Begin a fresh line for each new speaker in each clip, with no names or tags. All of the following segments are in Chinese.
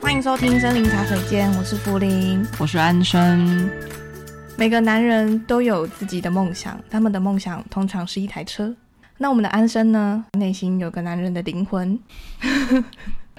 欢迎收听《森林茶水间》，我是福林。
我是安生，
每个男人都有自己的梦想，他们的梦想通常是一台车。那我们的安生呢？内心有个男人的灵魂，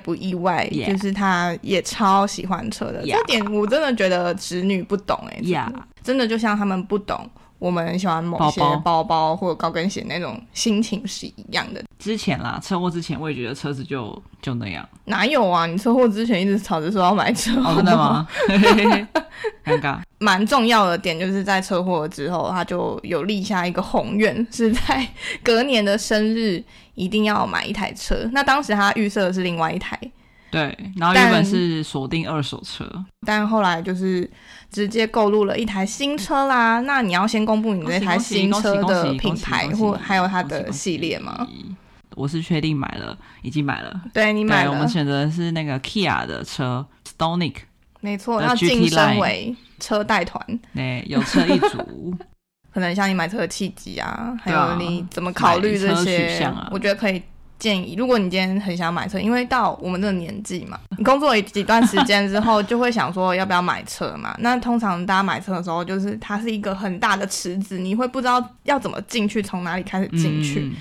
不意外
Yeah
就是他也超喜欢车的。
Yeah
这点我真的觉得直女不懂哎、真的
Yeah
真的就像他们不懂我们喜欢某些
包包
包包或者高跟鞋那种心情是一样的。
之前啦，车祸之前我也觉得车子就就那 样。
哪有啊？你车祸之前一直吵着说要买车，
哦，真的？吗？ 尴尬。
蛮重要的点就是在车祸之后，他就有立下一个宏愿，是在隔年的生日一定要买一台车。那当时他预设的是另外一台，
对，然后
但
原本是锁定二手车，
但后来就是直接购入了一台新车啦。那你要先公布你这台
恭喜
新
恭喜
车
恭喜
的
恭喜
品牌
恭喜
或
恭喜
还有它
恭喜
的
恭喜
系列吗？
我是确定买了，已经买了。
对你买
对，我们
了，
选择的是那个 Kia 的车 Stonic，
没错，
的
要
GT
晋升
line
为车贷团。
对，有车一族。
可能像你买车的契机啊，还
对啊
有你怎么考虑这
买车取
些，
向啊
我觉得可以建议。如果你今天很想买车，因为到我们这个年纪嘛， 你工作一几段时间之后，就会想说要不要买车嘛。 那通常大家买车的时候，就是它是一个很大的池子，你会不知道要怎么进去，从哪里开始 进去。
嗯，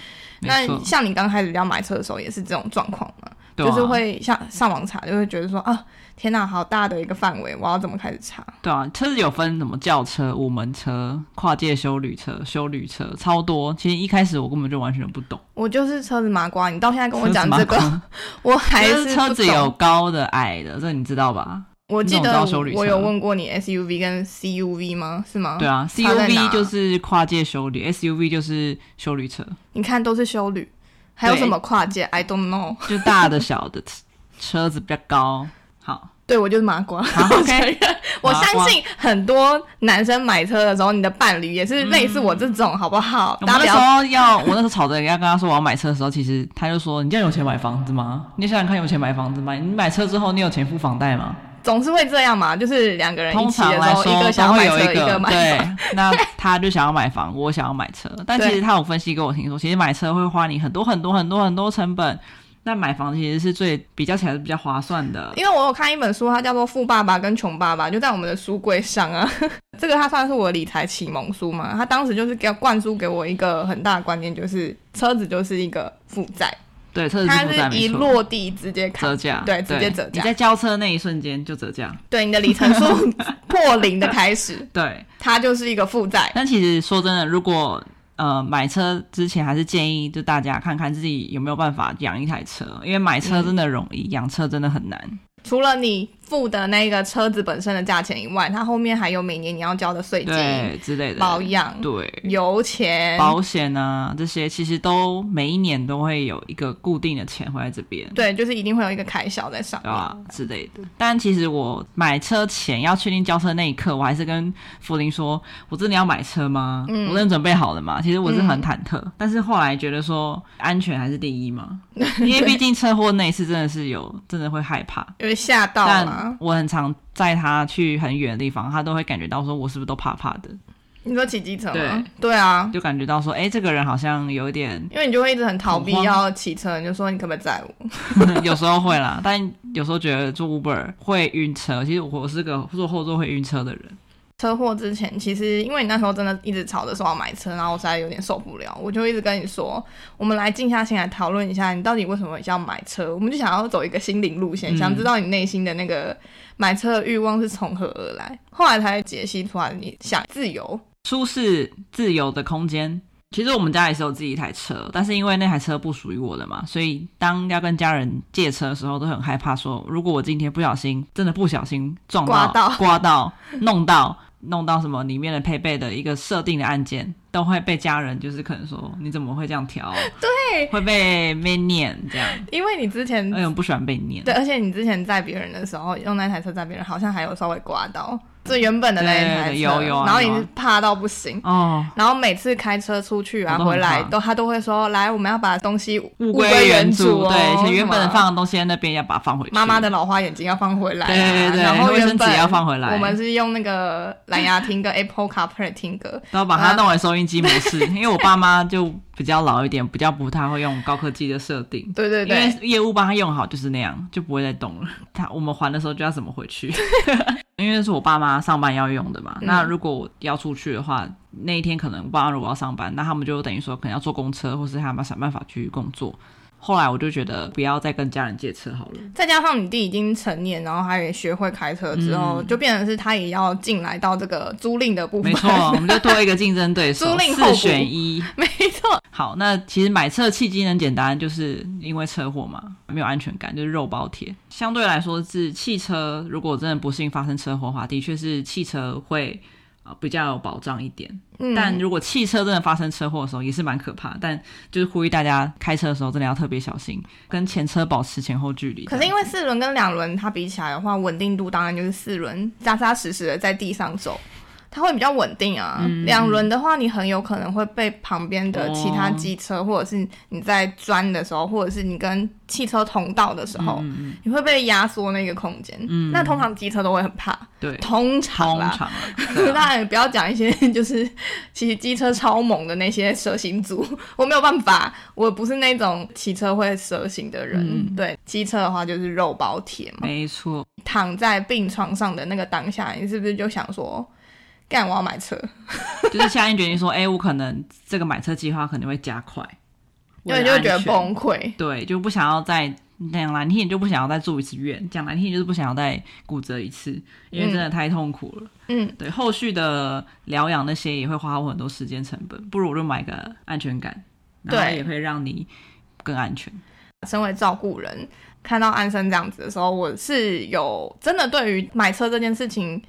没
那
错，
像你刚开始要买车的时候，也是这种状况嘛，
对
就
啊
是会像上网查，就会觉得说啊，天哪，好大的一个范围，我要怎么开始查？
对啊，车子有分什么轿车、五门车、跨界修旅车、修旅车，超多。其实一开始我根本就完全不懂。
我就是车子麻瓜，你到现在跟我讲
车子
这
蛮
个，
酷
我还
就是是
不
车子
懂
有高的、矮的，这你知道吧？
我记
那
得
种高修旅
我
车
有问过你 SUV 跟 CUV 吗？是吗？
对啊
哦差在哪
，CUV 就是跨界修旅，SUV 就是修旅车，
你看都是修旅，还有
对
什么跨界？I don't know。
就大的、小的车子比较高。好，
对，我就是麻瓜。
好，OK，
我
麻
相
瓜
信很多男生买车的时候，你的伴侣也是类似我这种，好不好？
嗯我
大
们
家
那
不
时
要
候要，我那时候吵着要跟他说我要买车的时候，其实他就说：“你这样有钱买房子吗？你想想看，有钱买房子吗？你买车之后，你有钱付房贷吗
总是会这样嘛，就是两个？”人呃一
通
起的
常
时
来
候，
说，
一个想
都
要买
会有
车，一
个
买
对
房。。
那他就想要买房，我想要买车，但
对
其实他有分析给我听说，其实买车会花你很多很多很多很多成本。那买房其实是最比较起来是比较划算的，
因为我有看一本书，它叫做《富爸爸跟穷爸爸》，就在我们的书柜上啊。 这个它算是我的理财启蒙书嘛。它当时就是给灌输给我一个很大的观念，就是车子就是一个负债，
对，车子
它
是负债
是一
没错，
落地直接砍
折价，
对，直接折价
你，在交车那一瞬间就折 价，
对你的里程 数破零的开始，
对。
它就是一个负债。
但其实说真的，如果呃买车之前，还是建议就大家看看自己有没有办法养一台车，因为买
嗯
车真的容易，养车真的很难。
除了你付的那个车子本身的价钱以外，它后面还有每年你要交的税金、
对之类的
保养、
对。
油钱。
保险啊，这些其实都每一年都会有一个固定的钱回来这边，
对，就是一定会有一个开销在上
对啊
面。
吧之类的。但其实我买车前要确定交车那一刻，我还是跟福林说：“我真的要买车吗？
嗯
我真的准备好了吗？”其实我是很
嗯
忐忑，但是后来觉得说安全还是第 一嘛，因为毕竟车祸那一次真的是有，真的会害怕。
有点吓到啊
但
了。
我很常载他去很远的地方，他都会感觉到说我是不是都怕怕的，
你说骑机车吗
对？
对啊，
就感觉到说，哎、这个人好像有一点
因为你就会一直很逃避
恐慌
要骑车，你就说你可不可以载我？
有时候会啦，但有时候觉得坐 Uber 会晕车。其实我是个坐后座会晕车的人，
车祸之前，其实因为你那时候真的一直吵着说要买车，然后我实在有点受不了，我就一直跟你说，我们来静下心来讨论一下，你到底为什么要买车？我们就想要走一个心灵路线，
嗯
想知道你内心的那个买车的欲望是从何而来。后来才解析出来，你想自由，
舒适自由的空间。其实我们家也是有自己一台车，但是因为那台车不属于我的嘛，所以当要跟家人借车的时候，都很害怕说，如果我今天不小心，真的不小心撞到、
刮到
刮到、弄到、弄到什么里面的配备的一个设定的按键，都会被家人就是可能说你怎么会这样 调？对，会被被念这样，哎
因为你之前
因为我不喜欢被念。
对，而且你之前载别人的时候，用那台车载别人，好像还有稍微刮到，这原本的那一
对
台车，
对有有啊
然后
有
你
啊
是怕到不行。
哦，
然后每次开车出去啊，
我都很
回来
怕
都他都会说，来，我们要把东西
物
归
归原
主、哦，
对，且
什
原本
么
的放的东西在那边要把它放回去。
妈妈的老花眼睛要放回来啊、
对对对
然后
卫
原
生纸
本
也要放回来
我们是用那个蓝牙听歌 ，Apple CarPlay 听歌，
然后把它弄为收音机模 式，因为我爸妈就比较老一点，比较不太会用高科技的设定。
对对
因
对，
为业务帮他用好就是那样，就不会再 动了。他我们还的时候就要怎么回去， 因为是我爸妈上班要用的嘛。
嗯
那如果我要出去的话，那一天可能我爸妈如果要上班，那他们就等于说可能要坐公车，或是他们要想办法去工作。后来我就觉得不要再跟家人借车好了。
再加上你弟已经成年，然后他也学会开车之后，就变成是他也要进来到这个租赁的部分，
嗯没错，我们就多一个竞争对
租
手，
赁候补
四选一。
没错，
好，那其实买车的契机很简单，就是因为车祸嘛，没有安全感，就是肉包铁。相对来说是汽车，如果真的不幸发生车祸的话，的确是汽车会呃比较有保障一点。
嗯，
但如果汽车真的发生车祸的时候，也是蛮可怕。但就是呼吁大家开车的时候真的要特别小心，跟前车保持前后距离。
可是因为四轮跟两轮它比起来的话，稳定度当然就是四轮扎扎实实的在地上走，它会比较稳定啊。
嗯
两轮的话，你很有可能会被旁边的其他机车，或者是你在钻的时候，或者是你跟汽车同道的时候，
嗯
你会被压缩那个空间。那通常机车都会很怕，
对，
通常
通
啦。
常啊 对啊
当然，不要讲一些就是其实机车超猛的那些蛇形族，我没有办法，我不是那种骑车会蛇形的人。对，机车的话就是肉包铁嘛。
没错，
躺在病床上的那个当下，你是不是就想说，干我要买车？
就是下定决心说，哎、我可能这个买车计划可能会加快，
因
为
为
了
你就会觉得
安全
崩溃。
对，就不想要再讲难听点，就不想要再住一次院；讲难听点，就是不想要再骨折一次，因为真的太痛苦了。
嗯，
对，后续的疗养那些也会花我很多时间成本，不如我就买个安全感，然后
对
也会让你更安全。
身为照顾人，看到安生这样子的时候，我是有真的对于买车这件事情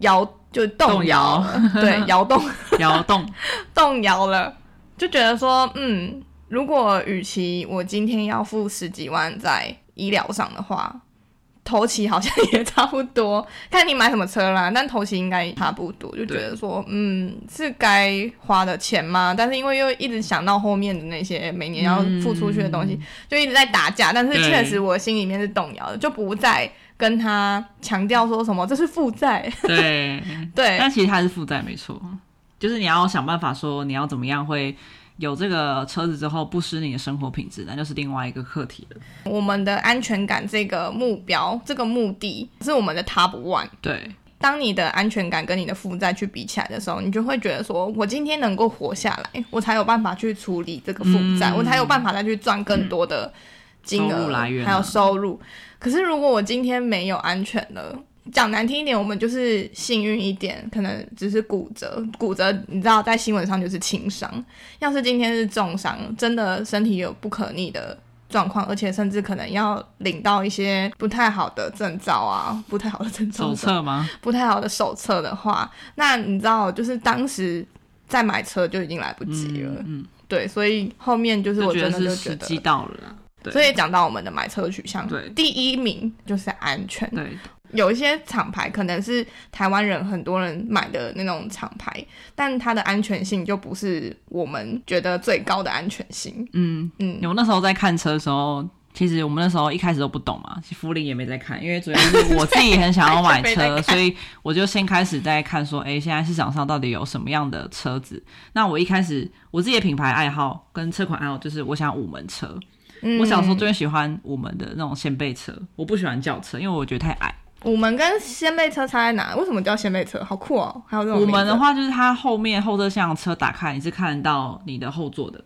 摇就动摇了，对，摇动
摇动，
动摇了，就觉得说，嗯，如果与其我今天要付十几万在医疗上的话，头期好像 也差不多，看你买什么车啦，但头期应该差不多，就觉得说，嗯，是该花的钱吗？但是因为又一直想到后面的那些每年要付出去的东西，就一直在打架，但是
对
确实我心里面是动摇的，就不再跟他强调说什么这是负债，
对，
对，
但其实它是负债，没错，就是你要想办法说你要怎么样会。有这个车子之后，不失你的生活品质，那就是另外一个课题了。
我们的安全感这个目标、这个目的是我们的 top one。
对，
当你的安全感跟你的负债去比起来的时候，你就会觉得说，我今天能够活下来，我才有办法去处理这个负债，我才有办法再去赚更多的金
嗯收
额，
入来源啊
还有收入。可是如果我今天没有安全了，讲难听一点，我们就是幸运一点，可能只是骨折，骨折你知道在新闻上就是轻伤，要是今天是重伤，真的身体有不可逆的状况，而且甚至可能要领到一些不太好的证照啊，不太好的证照
手
是什么，
册吗？
不太好的手册的话，那你知道，就是当时再买车就已经来不及了。
嗯，
对，所以后面就是
就
我
觉
真
得
的就觉
是时
得，
机到了啦。对
所以讲到我们的买车取向
对，
第一名就是安全。
对，
有一些厂牌可能是台湾人很多人买的那种厂牌，但它的安全性就不是我们觉得最高的安全性。
嗯，
嗯，
我那时候在看车的时候，其实我们那时候一开始都不懂嘛，福林也没在看，因为主要 是我自己也很想要买
没在
车，
看
所以我就先开始在看说，哎、现在市场上到底有什么样的车子？那我一开始我自己的品牌爱好跟车款爱好就是我想五门车，
嗯
我小时候最喜欢五门的那种掀背车，我不喜欢轿车，因为我觉得太矮。
五门跟掀背车差在哪？为什么叫掀背车？好酷哦！还有这种
五门的
名
话就是它后面后车厢的车打开，你是看得到你的后座的。
字，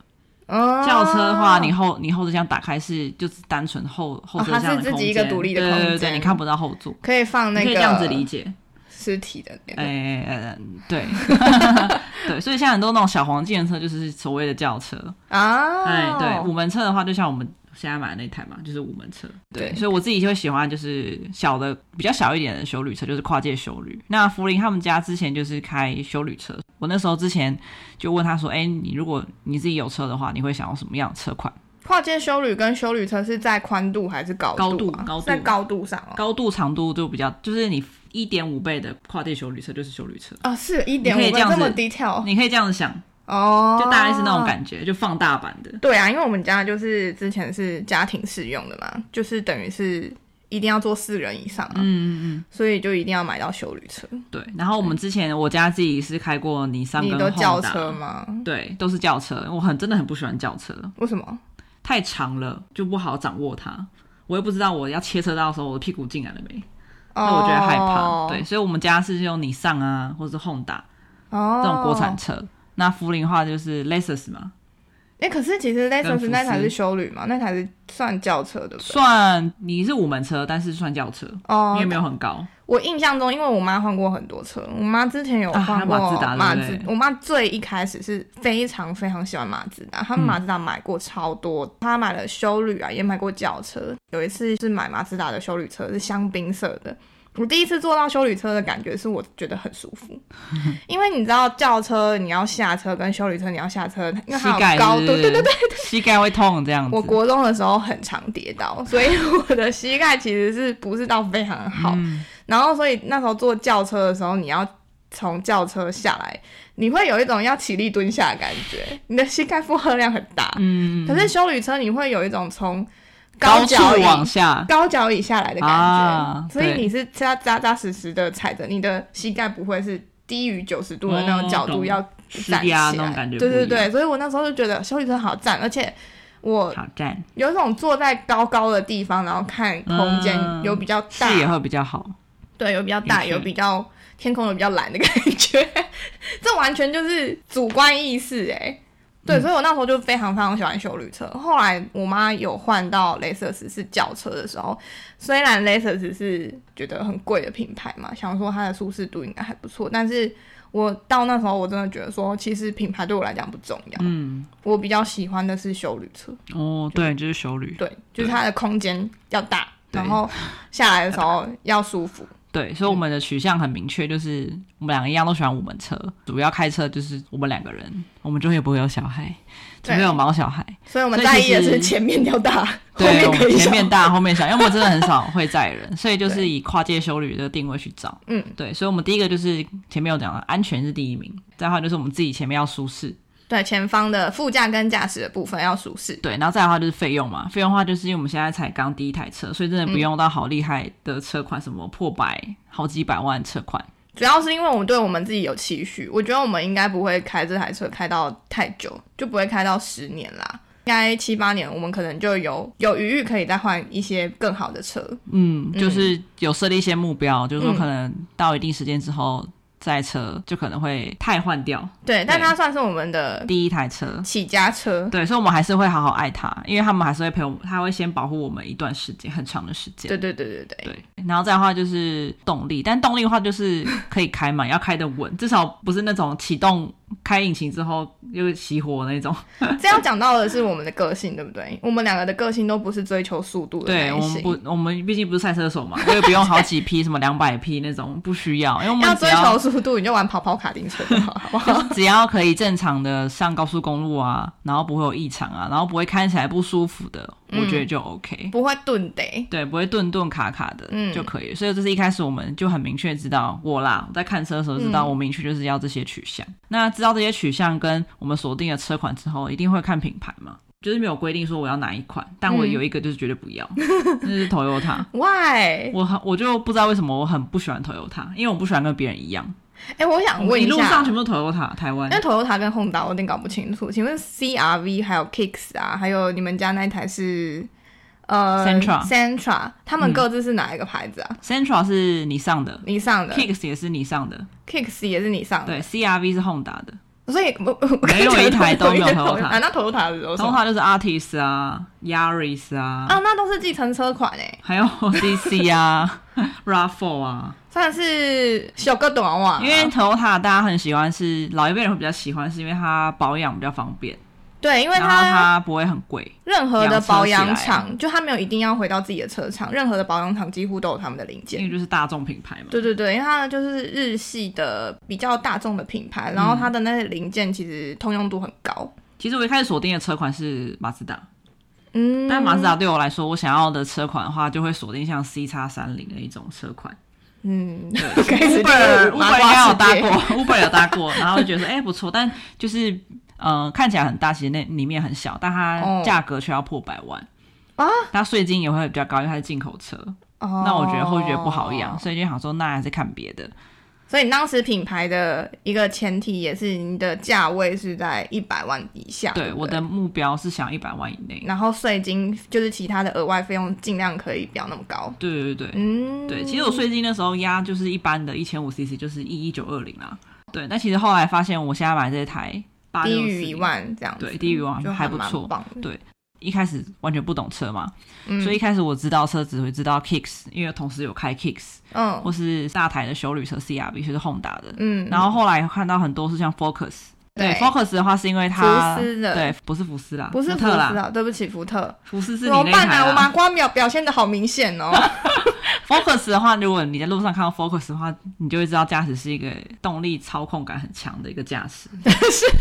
哦哦
轿车的话，你后你后车厢打开是就是单纯后后车厢的空
它是
间，
自己一个独立的空间
对对对，你看不到后座，
可以放那
你可
个
以这样子理解。
尸体的那个。
哎、呃对， 对，所以现在很多那种小黄计程车就是所谓的轿车，
啊，
哎、对，五门车的话，就像我们现在买的那台嘛，就是五门车。对，
对
所以我自己就会喜欢就是小的比较小一点的修旅车，就是跨界修旅。那福林他们家之前就是开修旅车，我那时候之前就问他说，哎、你如果你自己有车的话，你会想要什么样的车款？
跨界修旅跟修旅车是在宽度还是高
高度
啊
高度
在高度上哦。
高度长度就比较，就是你一点五倍的跨界修旅车就是修旅车，
啊，是一点
你可以
五
这样
这么
子
低调
你可以这样子想，
哦，
就大概是那种感觉，就放大版的。
对啊，因为我们家就是之前是家庭适用的嘛，就是等于是一定要坐四人以上、啊，
嗯嗯
所以就一定要买到修旅车。
嗯，对。然后我们之前我家自己是开过尼桑
你
跟
都轿
Honda
车吗？
对，都是轿车。我很真的很不喜欢轿车，
为什么？
太长了就不好掌握它。我也不知道我要切车道的时候，我的屁股进来了没，
哦，
那我觉得害怕。对，，所以我们家是用尼桑啊，或者是 Honda
哦，
这种国产。车。那福林的话就是 Lexus 嘛，
哎、可是其实
福
Lexus
斯
那台是修旅嘛，那台是算轿车的。
算你是五门车，但是算轿车，
哦
你也，没有很高。
我印象中，因为我妈换过很多车，我妈之前有
啊
换过
马自达
马
对不
自
对，
我妈最一开始是非常非常喜欢马自达，她
嗯
马自达买过超多，她买了修旅啊，也买过轿车，有一次是买马自达的修旅车，是香槟色的。我第一次坐到修旅车的感觉是，我觉得很 舒服，因为你知道轿车你要下车跟修旅车你要下车，因为
膝
它
盖
有高度，
是不
对
是
对对。
膝盖会痛这样子。
我国中的时候很常跌倒，所以我的膝盖其实是不是到非常好，
嗯
然后，所以那时候坐轿车的时候，你要从轿车下来，你会有一种要起立蹲下的感觉，你的膝盖负荷量很大。
嗯，
可是修旅车，你会有一种从
高
脚
处
椅
往下，
高脚椅下来的感觉，
啊
所以
对
你是扎扎扎实实的踩着，你的膝盖不会是低于九十度的那种
哦
角度
懂
要
施
站起
压
来。
啊那种感觉不
对
一样，
对对，所以我那时候就觉得修旅车好赞，而且我
好站
有一种坐在高高的地方，然后看空间
嗯
有比较
视
大，
野会比较好。
对，有比较大，
的确
有比较天空有比较蓝的感觉， 这完全就是主观意识哎、对，所以我那时候就非常非常喜欢修旅车。后来我妈有换到雷瑟斯是轿车的时候，虽然雷瑟斯是觉得很贵的品牌嘛，想说它的舒适度应该还不错，但是我到那时候我真的觉得说，其实品牌对我来讲不重要，
嗯，
我比较喜欢的是修旅车。
哦，对，就是修旅。
对，就是它的空间要大，
对
然后下来的时候要舒服。
对，所以我们的取向很明确，就是我们两个一样都喜欢五门车，主要开车就是我们两个人，我们就也不会有小孩，只
对
会有毛小孩。
所以我们
所以
在
其
意的
实
是前面要大，后
对，
面
我
可
们
以
前
小。
面大，后面小，因为我们真的很少会载人，所以就是以跨界修旅的定位去找。
嗯，
对，所以我们第一个就是前面有讲了，安全是第一名，再的话就是我们自己前面要舒适，
对，前方的副驾跟驾驶的部分要舒适。
对，然后再的话就是费用嘛，费用的话就是因为我们现在才刚第一台车，所以真的
嗯
不用到好厉害的车款，什么破百好几百万车款。嗯
主要是因为我们对我们自己有期许，我觉得我们应该不会开这台车开到太久，就不会开到十年啦。应该七八年，我们可能就有有余裕可以再换一些更好的车。
嗯，就是有设立一些目标，就是说
嗯
可能到一定时间之后，这台车就可能会汰换掉
对，但
对
它算是我们的
第一台车。
起家车。
对，所以我们还是会好好爱它，因为他们还是会陪我们，他会先保护我们一段时间，很长的时间。
对对对对对，
对，然后再的话就是动力，但动力的话就是可以开嘛， 要开得稳，至少不是那种启动开引擎之后又熄火那种。
这要讲到的是我们的个性，对不对？我们两个的个性都不是追求速度的
对
那
我
一
们
型，
不，我们毕竟不是赛车手嘛，我也不用好几匹什么两百匹那种，不需要，因为我
要
们只
追求速度，你就玩跑跑卡丁车就好，好不好？
只要可以正常的上高速公路啊，然后不会有异常啊，然后不会看起来不舒服的，我觉得
嗯
就 OK。
不会顿得。
对，不会顿顿卡卡的、
嗯
就可以了。所以这是一开始我们就很明确知道，我啦，我在看车的时候知道，
嗯
我明确就是要这些取向。那知道这些取向跟我们锁定的车款之后，一定会看品牌嘛。就是没有规定说我要哪一款，但我
嗯
有一个就是绝对不要，那是 Toyota。
Why？
我很我就不知道为什么我很不喜欢 Toyota，因为我不喜欢跟别人一样。
哎、我想问
哦一
下，
路上全部都 Toyota，台湾
因为 Toyota 跟 Honda 我有点搞不清楚，请问 CRV 还有 Kicks 啊，还有你们家那一台是呃
Sentra 嗯
Sentra，他们各自是哪一个牌子啊？
Central 是你上的，
你上的
Kicks 也是你上的，
Kicks 也是你上的，
对，CRV 是 Honda 的
所以我我
没有一台都没有
我觉得
Toyota
啊，那 Toyota 是有什么
，Honda 就是 Artis 啊，Yaris 啊，
啊，那都是计程车款哎、
还有 CC 啊 ，RAV4 啊，
算是小个短袜，啊
因为 Toyota 大家很喜欢是，老一辈人会比较喜欢，是因为它保养比较方便，
对，因为
然后
它
它不会很贵，
任何的保养
养车起来啊
厂，就它没有一定要回到自己的车厂，任何的保养厂几乎都有他们的零件
因。为就是大众品牌嘛。
对对对，因为它就是日系的比较大众的品牌，然后它的那些零件其实通用度很高。
其实我一开始锁定的车款是马自达，
嗯，
但马自达对我来说，我想要的车款的话，就会锁定像 C 叉三零的一种车款。
嗯， 开始
Uber
五
麻
百
瓜有搭
世界
过 ，Uber 有搭过，然后就觉得说哎、不错，但就是呃看起来很大，其实那里面很小，但它
哦
价格却要破百万。
啊，
它税金也会比较高，因为它是进口车。
哦
那我觉得会觉得不好养，所以就想说，那还是看别的。
所以你当时品牌的一个前提也是你的价位是在一百万以下，对
对，
不对
我的目标是想一百万以内。
然后税金就是其他的额外费用尽量可以不要那么高。
对对对
嗯，
对，其实我税金那时候压就是一般的，一千五 CC 就是一一九二零啦。对，但其实后来发现，我现在买这台八
低于一，万这样子，
对，低于一万
就
还不
蛮
错。
棒的
对一开始完全不懂车嘛，
嗯
所以一开始我知道车只会知道 Kicks，因为同时有开 Kicks
嗯
或是大台的修旅车 CRV，就是 Honda 的。
嗯，
然后后来看到很多是像 Focus，对
对
Focus 的话是因为它
福斯的
对，不是福斯啦，
不是
福
福
特
斯
啦，
啊，对不起，福特。
福斯是
怎
你
么
那一
办
台
啊？我麻
啦。
瓜表表现的好明显 哦。
Focus 的话，如果你在路上看到 Focus 的话，你就会知道驾驶是一个动力操控感很强的一个驾 驶。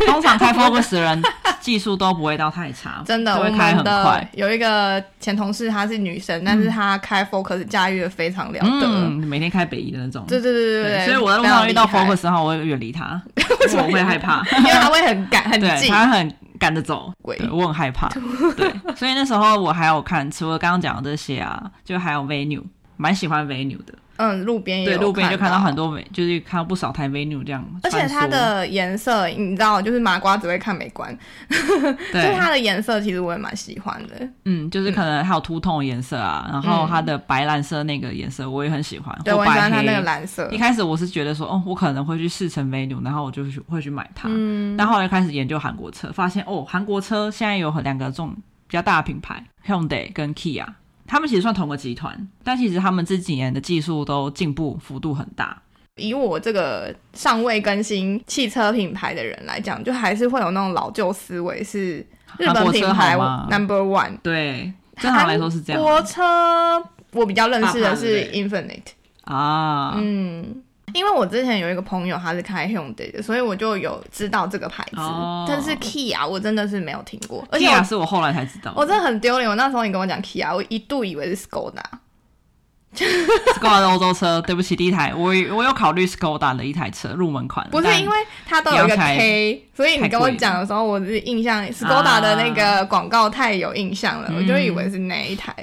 通常开 Focus 的人技术都不会到太差，
真的，
都
我
会开
们
很
的
快。
有一个前同事，她是女生，但是她开 Focus 驾驭的非常了
嗯
得。，
每天开北移的那种。
对对对对
所以我在路上遇到
非常厉害
Focus 的话，我会远离 他，
为
因
什
为
么
我会害怕。
因为她会很赶很
对，
近。
他很赶着走，
鬼
对我很 害怕。对，所以那时候我还有看，除了刚刚讲的这些啊，就还有 Venue，蛮喜欢 Venue 的。
嗯，路边也
对，
有
路边就看
到
到很。多美，就是看到不少台 Venue 这样
而
穿梭。
且它的颜色，你知道，就是麻瓜只会看美观，所以
对，
它的颜色其实我也蛮喜欢的。
嗯，就是可能还有秃痛的颜色啊，然后它的白蓝色那个颜色我也很喜欢，
对，
或
我很喜
白
欢它
黑。
那个蓝色
一。开始我是觉得说，哦，我可能会去试乘 Venue，然后我就去会去买它。
嗯，
但后来开始研究韩国车，发现哦，韩国车现在有很两个重比较大的品牌，Hyundai 跟 Kia，他们其实算同个集团，但其实他们这几年的技术都进步幅度很大。
以我这个尚未更新汽车品牌的人来讲，就还是会有那种老旧思维，是日
韩
本
国
品
车
牌
好吗
number one。
对，正常来说是这样啊
国车我比较认识的是
大
Infinite，
啊。
嗯，因为我之前有一个朋友他是开 Hyundai 的，所以我就有知道这个牌子。
哦
但是 Kia 我真的是没有听过，而且我
Kia 是我后来才知道的，
我真的很丢脸。我那时候你跟我讲 Kia，我一度以为是 Skoda，
Skoda 的欧洲车，对不起，第一台我我有考虑 Skoda 的一台车入门款，
不是
但
因为它都有一个
聊开
K，所以你跟我讲的时候，我是印象 Skoda 的那个广告太有印象了，
啊嗯
我就以为是那一台。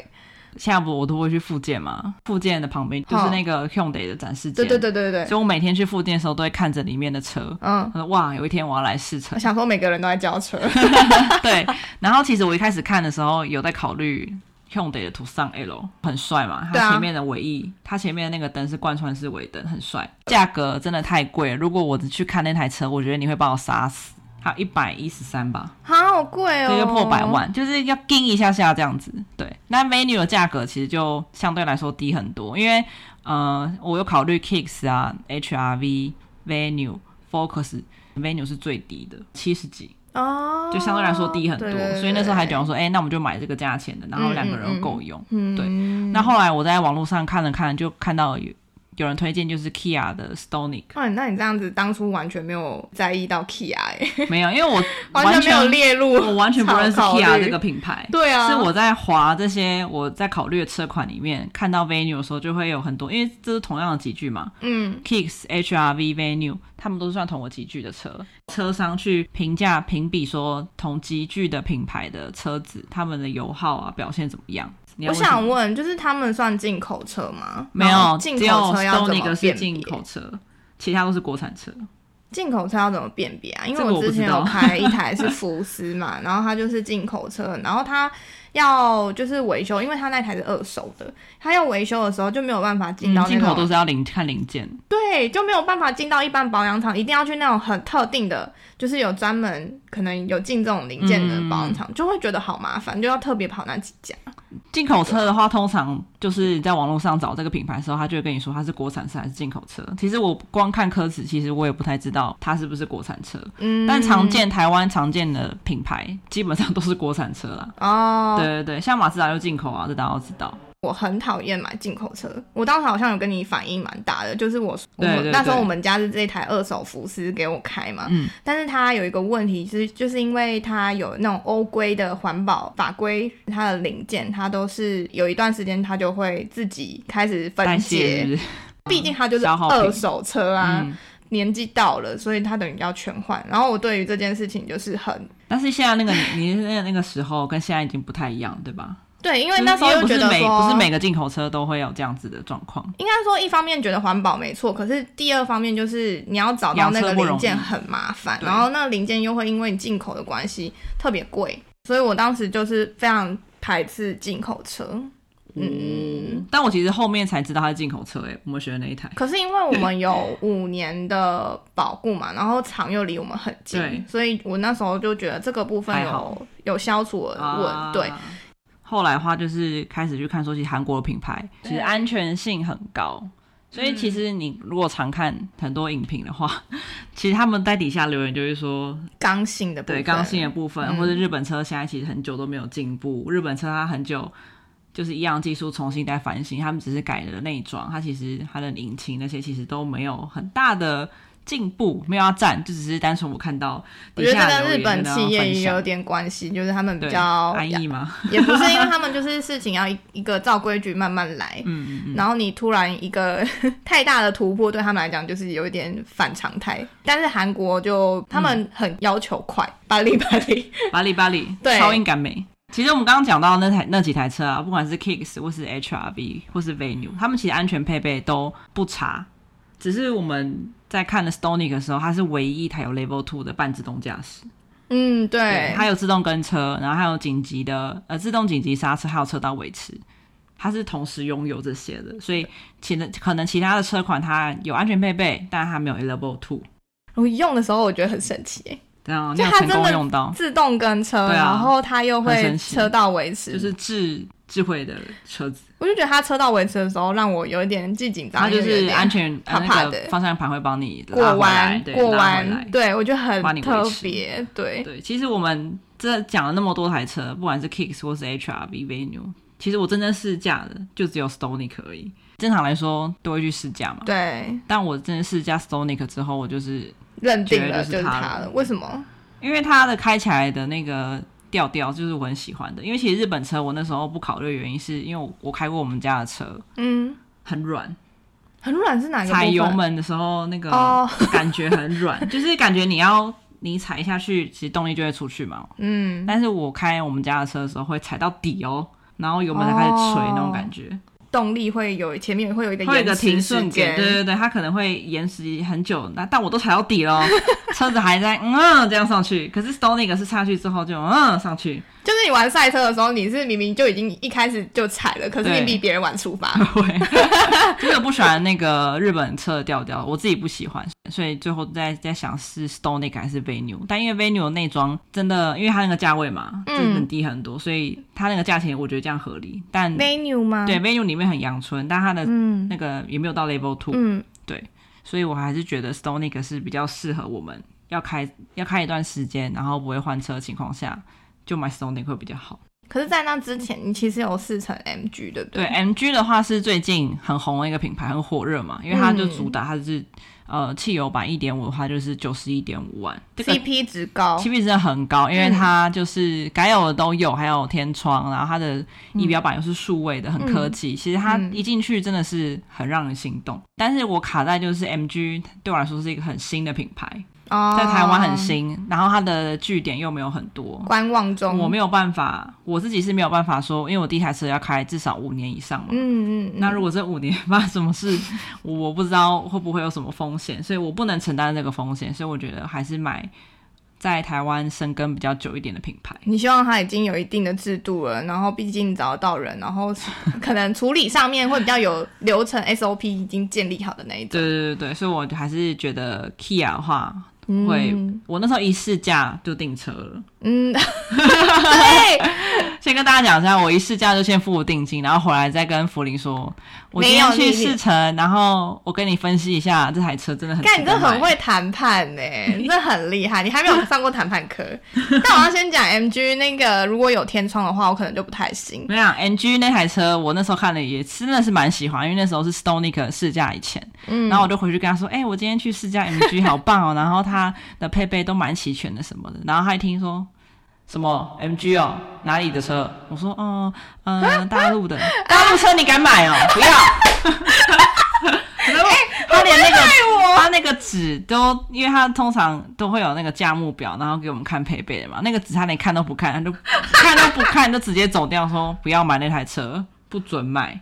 下午我都会去复健嘛，复健的旁边就是那个 Hyundai 的展示间，
对对对对对，
所以我每天去复健的时候都会看着里面的车，
嗯，
我说哇，有一天我要来试乘
我，想说每个人都在交车，
对，然后其实我一开始看的时候有在考虑 Hyundai 的 Tucson L 很帅嘛，
对
它
啊
前面的尾翼，它前面那个灯是贯穿式尾灯，很帅。价格真的太贵了，如果我只去看那台车，我觉得你会把我杀死。它一百一十三吧，
好好贵
这
哦，
就破百。万，就是要盯一下下这样子。对，那 Venue 的价格其实就相对来说低很多，因为呃，我有考虑 Kicks 啊、HRV、Venue、Focus。Venue 是最低的，七十几，
哦，
就相对来说低很多，
对
所以那时候还讲，说，哎、那我们就买这个价钱的，然后两个人又够用。
对对
对
嗯，
那后来我在网络上看了看，就看到有有人推荐就是 Kia 的 Stonic，
哇，哦那你这样子当初完全没有在意到 Kia，欸
没有，因为我
完全没有列入，
我完全不认识
考虑
Kia 这个品牌。
对啊，
是我在划这些我在考虑的车款里面看到 Venue 的时候，就会有很多，因为这是同样的几句嘛
嗯，
，Kicks、HRV、Venue，他们都是算同个级距的车。车商去评价评比说同级距的品牌的车子，他们的油耗啊表现怎么样？你要
我
问什么
想问，就是他们算进口车吗？
没
然后
有，
进
只有
口车要怎
Stone 一
么
个是
辨
进
别
口车，其他都是国产车。
进口车要怎么辨别啊？因为
这个我不
之前
知道
有开一台是福斯嘛， 然后它就是进口车，然后它要就是维修，因为它那台是二手的，它要维修的时候就没有办法进到那
嗯进口
种、
都是要零看零件，
对，就没有办法进到一般保养厂，一定要去那种很特定的，就是有专门可能有进这种零件的保养厂，
嗯
就会觉得好麻烦，就要特别跑那几家。
进口车的话，通常就是在网络上找这个品牌的时候，他就会跟你说它是国产车还是进口车。其实我光看科指，其实我也不太知道它是不是国产车。
嗯，
但常见台湾常见的品牌，基本上都是国产车啦。
哦，
对对对，像马自达就进口啊，这大家都知道。
我很讨厌买进口车，我当时好像有跟你反应蛮大的，就是我我
对对
们那时候
对
我们家是这台二手福斯给我开嘛，
嗯
但是它有一个问题是，就是因为它有那种欧规的环保法规，它的零件它都是有一段时间它就会自己开始
代
分
谢是
解，
不是？
毕竟它就是
消耗品
二手车 啊，
嗯，
年纪到了，所以它等于要全换。然后我对于这件事情就是很
但是现在那个你你那那个时候跟现在已经不太一样，对吧？
对，因为那时候
就是
又觉得
因为不是
说，
每不是每个进口车都会有这样子的状况，
应该说一方面觉得环保没错，可是第二方面就是你要找到那个零件很麻烦
养车，不容易
然后那个零件又会因为你进口的关系特别贵，所以我当时就是非常排斥进口车。嗯，
但我其实后面才知道它是进口车、欸，哎，我们学的那一台。
可是因为我们有五年的保护嘛，然后厂又离我们很
对
近，所以我那时候就觉得这个部分
还好
有有消除我的问、
啊
对。
后来的话就是开始去看，说其实韩国的品牌其实安全性很高，所以其实你如果常看很多影评的话， 其实他们在底下留言就会说，
刚性的部分，
对刚性的部分，
嗯
或者日本车现在其实很久都没有进步，日本车它很久。就是一样技术重新再翻新，他们只是改了内装，它其实它的引擎那些其实都没有很大的进步，没有要占，就只是单纯我看到
我
底
觉得
下
这跟
留
日
言
本
真的
企
要
业
分
也
享
有点关系，就是他们比
对
较
安逸吗？
也不是因为他们就是事情要一一个照规矩慢慢来，
嗯嗯嗯。
然后你突然一个 太大的突破，对他们来讲就是有一点反常态。但是韩国就他们很要求快，
嗯
巴黎巴 黎，
巴黎巴黎，
对
超音感美。其实我们刚刚讲到那台那几台车啊，不管是 Kicks 或是 HRV 或是 Venue，他们其实安全配备都不差，只是我们在看的 Stonic 的时候，它是唯一一台有 Level Two 的半自动驾驶，
嗯，对，
它有自动跟车，然后还有紧急的呃自动紧急刹车，还有车道维持，它是同时拥有这些的，所以其能可能其他的车款它有安全配备，但它没有 Level Two，
我用的时候我觉得很神奇耶，
这样你
就
有
它
成
真
功
的
用到，
自动跟车，
哦对啊
然后它又
很
会
神奇
车道维持，
就是智智慧的车子。
我就觉得它车道维持的时候让我有一点既紧张，
它就
又有
是
点
安全
怕
呃
怕
那
的
个方向盘会帮你拉
过
回来
弯
对
过
拉回来
弯，对我觉得
帮你
很
维
特
持
别，对，
对，其实我们这讲了那么多台车，不管是 Kicks 或是 HRV、Venue，其实我真正试驾的就只有 Stonic 而已。正常来说都会去试驾嘛，
对，
但我真的试驾 Stonic 之后，我就是
认定了就
觉得就是是它
它
了
了。为什么？
因为它的开起来的那个调调就是我很喜欢的。因为其实日本车我那时候不考虑的原因是因为我我开过我们家的车，
嗯，
很软，
很软是哪个部分？
踩油门的啊时候那个
哦，
感觉很软， 就是感觉你要你踩下去，其实动力就会出去嘛。
嗯，
但是我开我们家的车的时候会踩到底哦，然后油门才开始吹
哦
那种感觉，
动力会有前面会有一个
会有一
延
个停
迟
顿
时
点。对
间，
对对，它可能会延时很久，那但我都踩到底了，车子还在嗯这样上去。可是 Stonic 是下去之后就嗯上去，
就是你玩赛车的时候，你是明明就已经一开始就踩了，可是
对
你比别人晚出发。
嗯 对，就是我不喜欢那个日本车的调调，我自己不喜欢，所以最后在在想是 Stonic 还是 Venue，但因为 Venue 的内装真的，因为它那个价位嘛，
嗯
真的很低很多，所以它那个价钱我觉得这样合理。但
menu 吗
对，Venue 里面很阳春，但它的
啊嗯
那个也没有到 Level Two，、
嗯，
所以我还是觉得 Stonic 是比较适合我们要开要开一段时间，然后不会换车的情况下，就买 Stonic 会比较好。
可是，在那之前，你其实有试乘 MG，对不
对，MG 的话是最近很红的一个品牌，很火热嘛，因为它就主打它是、呃汽油版一点五的话就是九十一哦点五万，这个
CP 值高，
CP 值真的很高，因为
嗯
它就是该有的都有，还有天窗，然后它的仪表板又是数位的，很科技。其实它
嗯
一进去真的是很让人心动，但是我卡在就是 MG 对我来说是一个很新的品牌，
哦
在台湾很，新，然后它的据点又没有很多，
观望中。
我没有办法，我自己是没有办法说，因为我第一台车要开至少五年以上嘛。
嗯嗯嗯，
那如果这五年 发生什么事，我我不知道会不会有什么风险，所以我不能承担这个风险，所以我觉得还是买在台湾生根比较久一点的品牌。
你希望它已经有一定的制度了，然后毕竟找得到人，然后 是可能处理上面会比较有流程 SOP 已经建立好的那一种。
对对对对，所以我还是觉得 Kia 的话，
嗯
会我那时候一试驾就订车了。
嗯， 对，
先跟大家讲一下，我一试驾就先付定金，然后回来再跟福林说，我今天
没有
去
你
试乘，然后我跟你分析一下这台车真的很值
看你
得
这很
买
会谈判 呢、你这很厉害，你还没有上过谈判课。 但我要先讲 MG 那个，如果有天窗的话，我可能就不太行。
没有 NG 那台车，我那时候看了也真的是蛮喜欢，因为那时候是 Stonic 试驾以前，
嗯，
然后我就回去跟他说，哎、我今天去试 驾 MG 好棒哦，然后它的配备都蛮齐全的什么的，然后他一听说什么 MG 哦，哪里的车？我说，呃 哦、嗯、大陆的，大陆车你敢买哦？不要，然后他连那个
我
他那个纸都，因为他通常都会有那个价目表，然后给我们看配备的嘛。那个纸他连看都不看，他就看都不看，就直接走掉，说不要买那台车，不准买。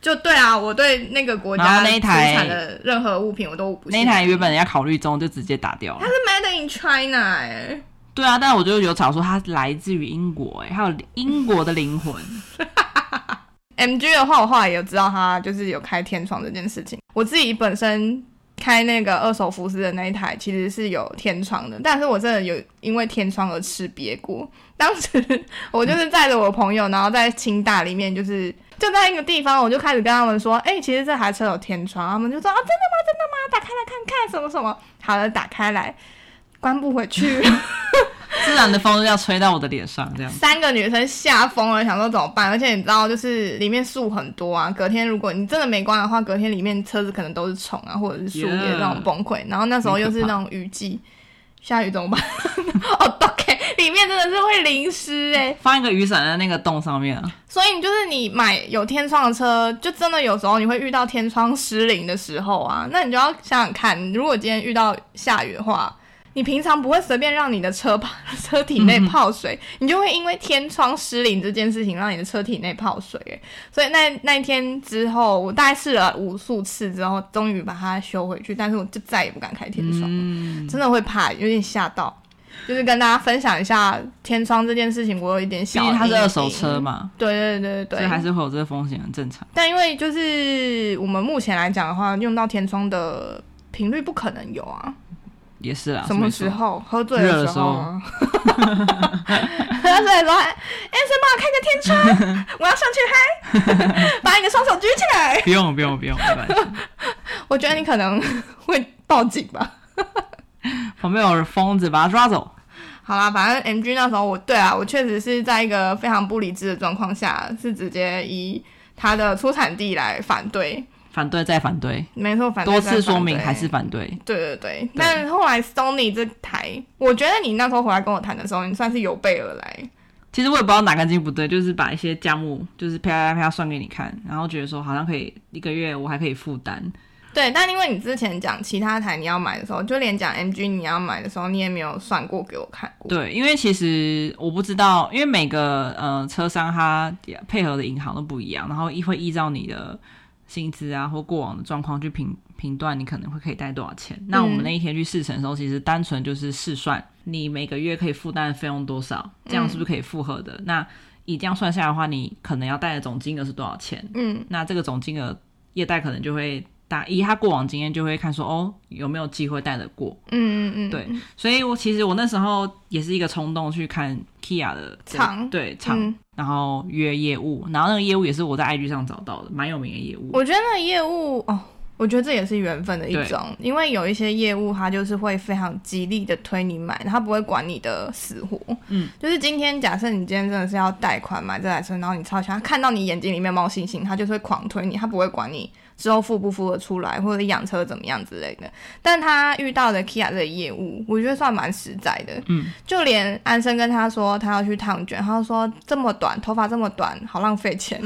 就对啊，我对那个国
然
家
后那一
生
台
产的任何物品我都不
那
信
一台原本要考虑中，就直接打掉了
它。是 Made in China 哎、
对啊，但我就有查说它来自于英国、欸，哎，还有英国的灵魂。
MG 的话，我后来也知道他就是有开天窗这件事情。我自己本身开那个二手福斯的那一台，其实是有天窗的，但是我真的有因为天窗而吃瘪过。当时我就是载着我朋友，然后在清大里面，就是就在一个地方，我就开始跟他们说：“哎、其实这台车有天窗。”他们就说：“啊，真的吗？真的吗？打开来看看，什么什么。”好了，打开来，关不回去。
自然的风要吹到我的脸上，这样
三个女生吓疯了，想说怎么办？而且你知道，就是里面树很多啊，隔天如果你真的没关的话，隔天里面车子可能都是虫啊，或者是树叶
Yeah
那种崩溃。然后那时候又是那种雨季，下雨怎么办？ 哦，OK，里面真的是会淋湿哎、
放一个雨伞在那个洞上面啊。
所以你就是你买有天窗的车，就真的有时候你会遇到天窗失灵的时候啊，那你就要想想看，如果今天遇到下雨的话，你平常不会随便让你的车泡车体内泡水，
嗯
你就会因为天窗失灵这件事情让你的车体内泡水、欸。所以那那一天之后，我大概试了无数次之后，终于把它修回去，但是我就再也不敢开天窗了。
嗯，
真的会怕，有点吓到。就是跟大家分享一下天窗这件事情，我有一点
毕
小。
竟它是二手车。嘛，
对对对
所
对对，
以还是会有这个风险，很正常。
但因为就是我们目前来讲的话，用到天窗的频率不可能有啊。
也是啊，
什
没
么
错
时？候？喝醉
热
的
的
时候啊。 喝醉的时候还，哎、谁帮我开个天窗？ 我要上去嗨！ 把你的双手举起来。
不用不用不用，没关系。
我觉得你可能会报警吧。
旁边有疯子，把他抓走。
好啦，反正 MG 那时候我对啊，我确实是在一个非常不理智的状况下，是直接以它的出产地来反对，
反对再反对，
没错，反对
多
再反
次说明
对
还是反对。
对对对。但后来 Sony 这台，我觉得你那时候回来跟我谈的时候，你算是有备而来。
其实我也不知道哪根筋不对，就是把一些价目就是啪啪啪啪算给你看，然后觉得说好像可以一个月我还可以负担。
对，但因为你之前讲其他台你要买的时候，就连讲 MG 你要买的时候，你也没有算过给我看过。
对，因为其实我不知道，因为每个呃车商它配合的银行都不一样，然后一会依照你的薪资啊或过往的状况去评评断你可能会可以贷多少钱。那我们
嗯
那一天去试乘的时候，其实单纯就是试算你每个月可以负担的费用多少，这样是
嗯
不是可以复合的？那以这样算下来的话，你可能要贷的总金额是多少钱？
嗯，
那这个总金额业贷可能就会大，以他过往经验就会看说哦有没有机会贷得过。
嗯嗯嗯，
对，所以我其实我那时候也是一个冲动去看 Kia 的这
厂
对厂，
嗯，
然后约业务，然后那个业务也是我在 IG 上找到的，蛮有名的业务。
我觉得那个业务哦，我觉得这也是缘分的一种，因为有一些业务它就是会非常极力的推你买，它不会管你的死活。
嗯，
就是今天假设你今天真的是要贷款买这台车，然后你超想，他看到你眼睛里面冒星星，他就是会狂推你，他不会管你之后付不付得出来，或者养车怎么样之类的。但他遇到的 Kia 这个业务，我觉得算蛮实在的。
嗯，
就连安生跟他说他要去烫卷，他就说这么短，头发这么短，好浪费钱。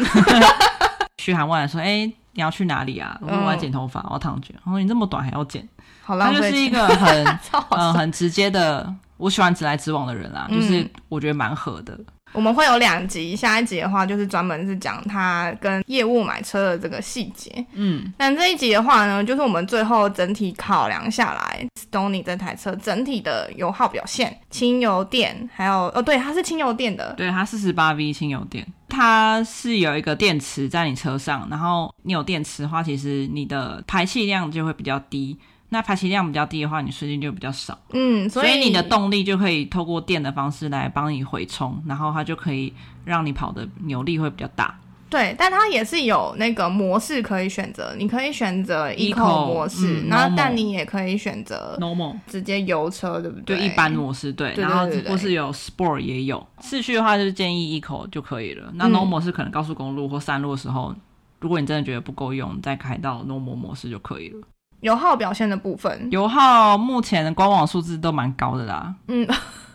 嘘寒问暖说：“哎、你要去哪里啊？”我说：“
嗯
我要剪头发，我要烫卷。”然后你这么短还要剪，
好
他
浪
就
费
是一
钱，
个 很
超好笑
呃很直接的。我喜欢直来直往的人啦，
嗯
就是我觉得蛮合的。
我们会有两集，下一集的话就是专门是讲他跟业务买车的这个细节。
嗯，
那这一集的话呢，就是我们最后整体考量下来，Stony 这台车整体的油耗表现、轻油电，还有哦，对，它是轻油电的，
对，它四十八 V 轻油电，它是有一个电池在你车上，然后你有电池的话，其实你的排气量就会比较低。那排气量比较低的话，你税金就比较少，
嗯，
所
以
你的动力就可以透过电的方式来帮你回充，然后它就可以让你跑的扭力会比较大。
对，但它也是有那个模式可以选择，你可以选择
Eco，
Eco 模式，
嗯
然后
Normal
但你也可以选择
Normal
直接油车，对不
就
对？
一般模式对，
呃对
然后
对对对
或是有 Sport 也有，市区的话就是建议 Eco 就可以了。那
嗯
Normal 是可能高速公路或山路的时候，如果你真的觉得不够用，再开到 Normal 模式就可以了。
油耗表现的部分，
油耗目前的官网数字都蛮高的啦，
嗯，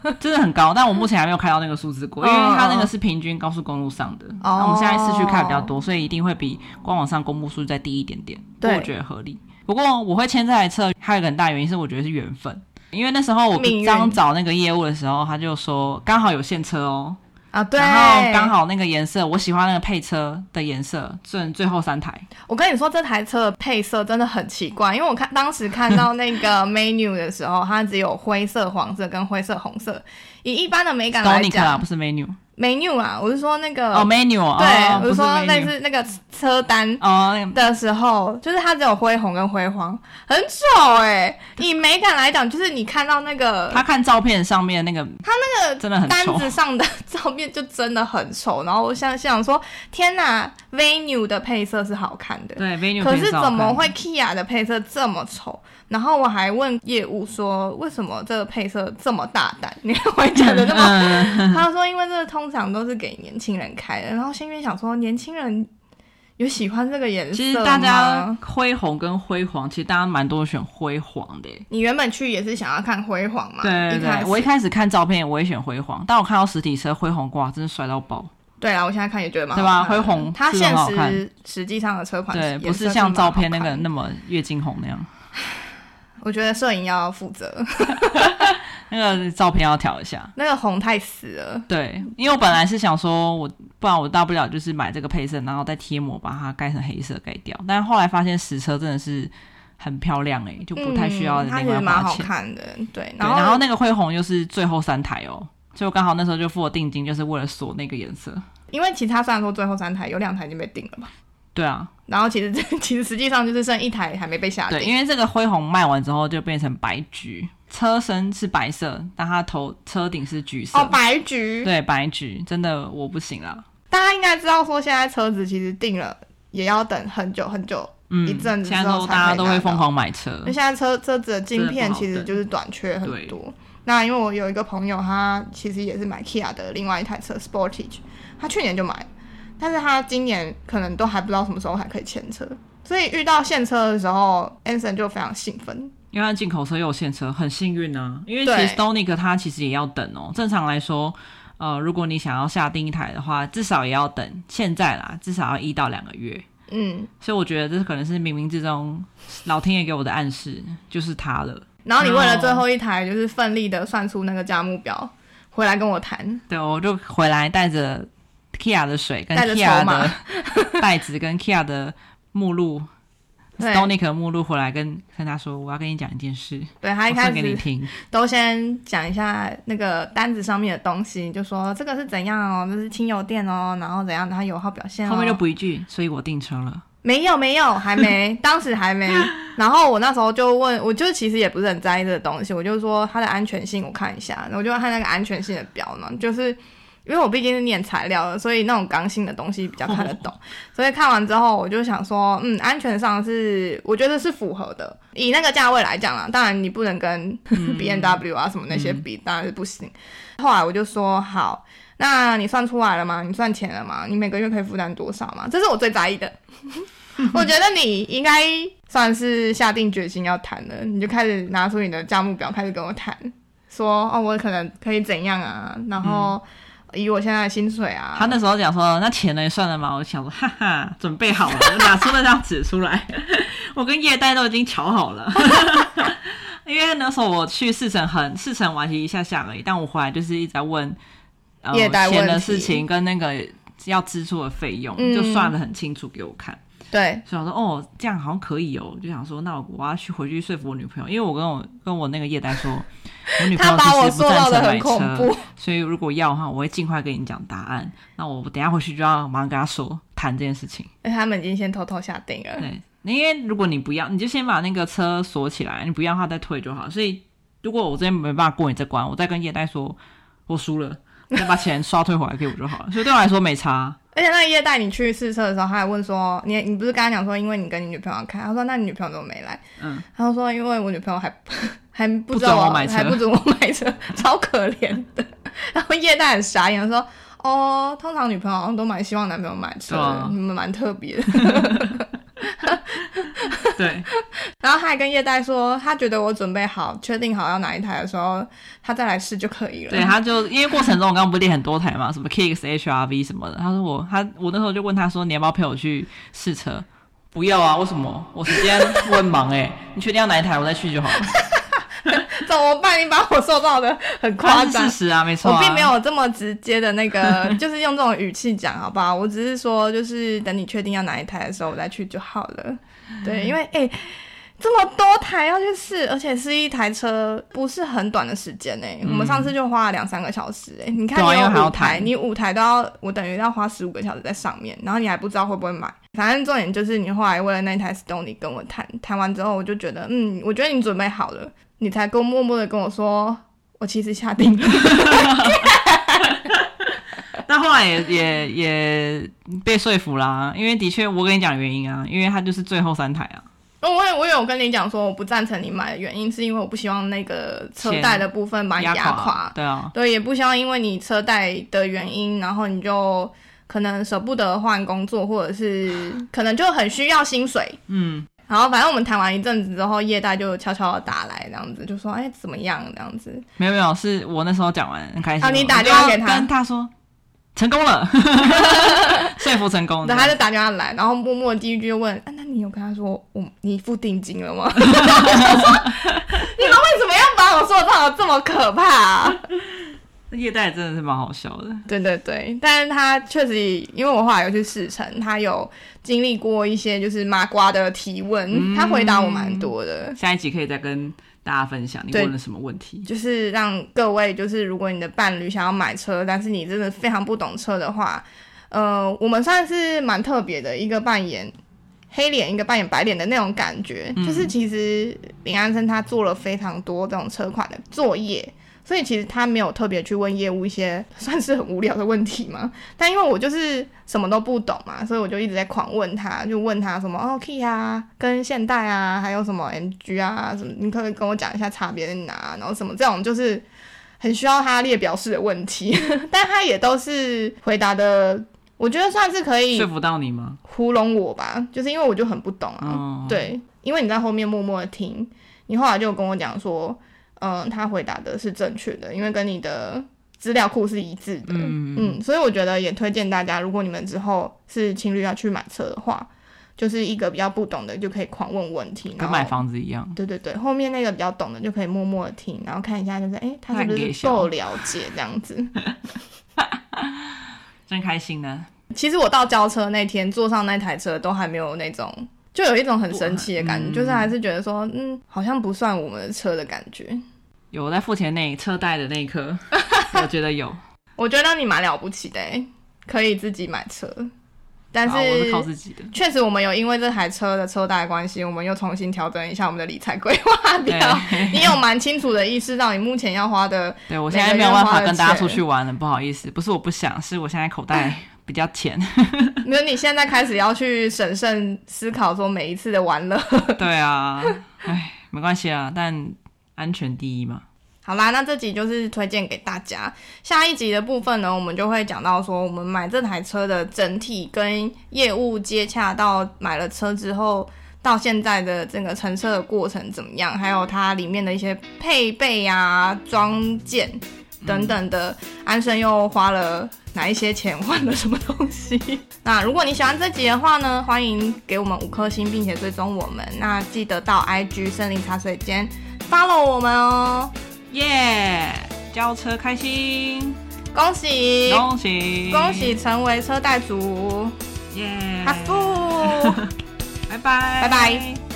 真的很高，但我目前还没有看到那个数字过，因为
哦
它那个是平均高速公路上
嗯
的，那、我们现在市区开比较多，所以一定会比官网上公布数再低一点点，不过
对
我觉得合理。不过我会签这台车，还有一个很大原因是我觉得是缘分，因为那时候我
命运
刚找那个业务的时候，他就说刚好有现车哦，
啊，对，
然后刚。好那个颜色我喜欢那个配车的颜色，剩最后三台，
我跟你说，这台车的配色真的很奇怪，因为我看当时看到那 个 menu 的时候，它只有灰色、黄色跟灰色、红色。以一般的美感来
Donica 啦
讲
不是 menu
，menu 啊，我是说那个，
哦 menu 哦，
对，
哦
我
不是
说类
menu
似那个车单
哦，那个
的时候，就是它只有灰红跟灰黄，很丑哎、以美感来讲，就是你看到那个
他看照片上面那个，他那个真的很
单
丑。
子上的照片就真的很丑，然后我想想说，天哪，Venue 的配色是好看的，
对，venue
可
可以
是
照
怎么
看
会 Kia 的配色这么丑？然后我还问业务说，为什么这个配色这么大胆？你看我讲的那 么，
嗯，
他说因为这个通常都是给年轻人开的，然后心里面想说，年轻人有喜欢这个颜色
其实大家
吗。
灰红跟灰黄，其实大家蛮多选灰黄的耶。
你原本去也是想要看辉煌嘛？
对对
一开
对，
始
我一开始看照片我也选灰黄，但我看到实体车灰红，哇，真是帅到爆！
对啊，我现在看也觉得蛮好
对
看
吧
的
灰红
它
是很
现
好
实实际上的车款
对，
颜色
不是
蛮好
像照片那
看的
个那么月经红那样，
我觉得摄影要负责，
那个照片要调一下。
那个红太死了。
对，因为我本来是想说我，不然我大不了就是买这个配色，然后再贴膜把它盖成黑色盖掉。但后来发现实车真的是很漂亮哎、就不太需要
嗯
另
它
外
其实蛮
花
好
钱。
看的，对。
对，
后，
然后那个灰红又是最后三台哦，所以我刚好那时候就付了定金，就是为了锁那个颜色。
因为其他虽然说最后三台有两台已经被定了嘛，
对啊，
然后其实这 其实实际上就是剩一台还没被下
对，
定。
因为这个灰红卖完之后就变成白橘，车身是白色，但它头车顶是橘色。
哦，白菊，
对，白橘真的我不行啦。
大家应该知道说现在车子其实定了也要等很久很久，
嗯，
一阵子
现在
之后
都
才
大
可
家
以
都
拿
会
到
疯狂买车
因为，现在车车子的
嗯真
晶
的不
片
好
其实
等
就是短缺
对
很多。那因为我有一个朋友，他其实也是买 Kia 的另外一台车 Sportage，他去年就买了，但是他今年可能都还不知道什么时候还可以签车，所以遇到现车的时候，Anson 就非常兴奋。
因为它进口车又有现车，很幸运啊。因为
对
其实 Stonic 它其实也要等哦。正常来说，呃，如果你想要下定一台的话，至少也要等现在啦，至少要一到两个月。
嗯，
所以我觉得这可能是冥冥之中老天爷给我的暗示，就是它了。
然后你为了
然后
最后一台，就是奋力的算出那个价目表，回来跟我谈。
对，我就回来带着 Kia 的水跟
带着
Kia
筹码
的 袋子跟 Kia 的目录
对
Stonic 的目录回来跟跟他说，我要跟你讲一件事，
对，他一
我
开
算给你
始
听。
都先讲一下那个单子上面的东西，就说这个是怎样哦，这是轻油电哦，然后怎样，它油耗表现、哦。
后面就补一句，所以我订车了。
没有没有，还 没，当时还没。然后我那时候就问，我就其实也不是很在意这个东西，我就说它的安全性我看一下，我就看那个安全性的表嘛，就是因为我毕竟是念材料的，所以那种刚性的东西比较看得懂。所以看完之后，我就想说，嗯，安全上是我觉得是符合的，以那个价位来讲啦，当然你不能跟 B N W 啊什么那些比，当然是不行。后来我就说好。那你算出来了吗？你算钱了吗？你每个月可以负担多少吗？这是我最在意的。我觉得你应该算是下定决心要谈了，你就开始拿出你的价目表，开始跟我谈，说哦，我可能可以怎样啊，然后以我现在的薪水啊，
他那时候讲说，那钱呢算了吗？我想说，哈哈，准备好了，我拿出那张纸出来， 我跟业代都已经瞧好了。 因为那时候我去四城很四城玩其实一下下而已，但我回来就是一直在问，呃，
业代问题
钱的事情跟那个要支出的费用，
嗯
就算的很清楚给我看。
对，
所以我说，哦，这样好像可以哦，就想说，那我我要去回去说服我女朋友，因为我跟我跟我那个业代说，我 女朋
他
友
把我
其实
塑
不赞
造的
成买
很恐
车。
怖，
所以如果要的话，我会尽快跟你讲答案。那我等一下回去就要马上跟他说谈这件事情。
因为他们已经先偷偷下定了。
对，因为如果你不要，你就先把那个车锁起来，你不要的话再退就好。所以如果我这边没办法过你这关，我再跟叶代说我输了，再把钱刷退回来给我就好了。所以对我来说没差。
而且那个夜带你去试车的时候，他还问说：“你你不是跟他讲说，因为你跟你女朋友要开？”他说：“那你女朋友怎么没来？”
嗯，
他就说：“因为我女朋友还 还不
不
知道
准我买车
还不准我买车， 超可怜的。” 然后夜带很傻眼，他说：“哦，通常女朋友好像都蛮希望男朋友买车
对
的
啊，
你们蛮特别的。”
对，
然后他还跟业代说，他觉得我准备好、确定好要哪一台的时候，他再来试就可以了。
对，他就因为过程中我刚刚不是列很多台嘛，什么 Kicks、HRV 啊什么的。他说我他我那时候就问他说你要不要陪我去试车？不要啊，为什么？我时间我很忙哎、你确定要哪一台我再去就好了。
怎么办？你把我说到的很夸
他是
张
事。实啊，没错、啊，
我并没有这么直接的那 个，就是用这种语气讲，好不好？我只是说，就是等你确定要哪一台的时候，我再去就好了。
嗯
对，因为哎、这么多台要去试，而且是一台车不是很短的时间呢、欸我们上次就花了两三个小时哎、你看
嗯对啊
你
因为还
有
要
五台，
谈
你五台都要，我等于要花十五个小时在上面，然后你还不知道会不会买。反正重点就是你后来为了那一台 Stone，你跟我谈谈完之后，我就觉得，嗯，我觉得你准备好了，你才跟我默默的跟我说，我其实下定了。
但后来也也也被说服啦，因为的确我跟你讲原因啊，因为他就是最后三台啊，
哦，我也我也有跟你讲说，我不赞成你买的原因是因为我不希望那个车贷的部分把你
压
压
垮，对啊，
对，也不希望因为你车贷的原因，然后你就可能舍不得换工作，或者 是可能就很需要薪水。
嗯，
然后反正我们谈完一阵子之后，业贷就悄悄的打来，这样子就说，哎，怎么样？这样子，
没有没有，是我那时候讲完很开心嘛，
啊你打电话
我就
给他
跟他说成 功了，说服成功，
然后他就打电话来，然后默默第一句就问，啊，那你有跟他说我你付定金了 吗？我 想说你们为什么要把我说到这么可怕、啊？
夜代真的是蛮好笑的，
对对对，但是他确实，因为我后来有去试乘，他有经历过一些就是麻瓜的提问，他回答我蛮多的，
下一集可以再跟大家分享你
对
问了什么问题，
就是让各位，就是如果你的伴侣想要买车，但是你真的非常不懂车的话，呃，我们算是蛮特别的，一个扮演黑脸，一个扮演白脸的那种感觉，就是其实林安生他做了非常多这种车款的作业。所以其实他没有特别去问业务一些算是很无聊的问题嘛，但因为我就是什么都不懂嘛，所以我就一直在狂问他，就问他什么哦 Key 啊，跟现代啊，还有什么 MG 啊，什么你可不可以跟我讲一下差别在哪，然后什么这种就是很需要他列表式的问题， 但他也都是回答的，我觉得算是可以
说服到你吗？
糊弄我吧，就是因为我就很不懂啊，
哦，，
对，因为你在后面默默的听，你后来就有跟我讲说，嗯、他回答的是正确的，因为跟你的资料库是一致的，
嗯
所以我觉得也推荐大家，如果你们之后是情侣要去买车的话，就是一个比较不懂的就可以狂问问题，然
跟
后
买房子一样，
对对对，后面那个比较懂的就可以默默的听，然后看一下就是，哎，他是不
那很给
是
小
够了解这样子？
真开心呢，
其实我到交车那天坐上那台车，都还没有那种，就有一种很神奇的感觉，
嗯
就是还是觉得说，嗯，好像不算我们的车的感觉。
有在付钱那车贷的那一 刻，我觉得有，
我觉得你蛮了不起的、欸，可以自己买车，但
好我是靠
是
自己的。
确实我们有因为这台车的车贷的关系，我们又重新调整一下我们的理财规划表。你有蛮清楚的意识到你目前要花的，
对我
每
现在
个
没有
月
办
花
法
的
跟大家出
钱
去玩了，不好意思，不是我不想，是我现在口袋比较浅。
那你现在开始要去审慎思考，说每一次的玩乐
对啊，哎，没关系啊，但安全第一嘛。
好啦，那这集就是推荐给大家。下一集的部分呢，我们就会讲到说，我们买这台车的整体跟业务接洽到买了车之后，到现在的整个乘车的过程怎么样，还有它里面的一些配备啊、装件等等的。安生又花了哪一些钱换了什么东西？ 那如果你喜欢这集的话呢，欢迎给我们五颗星，并且追踪我们。那记得到 IG 森林茶水间 follow 我们哦。
耶、交车开心，
恭喜
恭喜
恭喜成为车贷族，
耶！
哈富。
拜拜，
拜拜。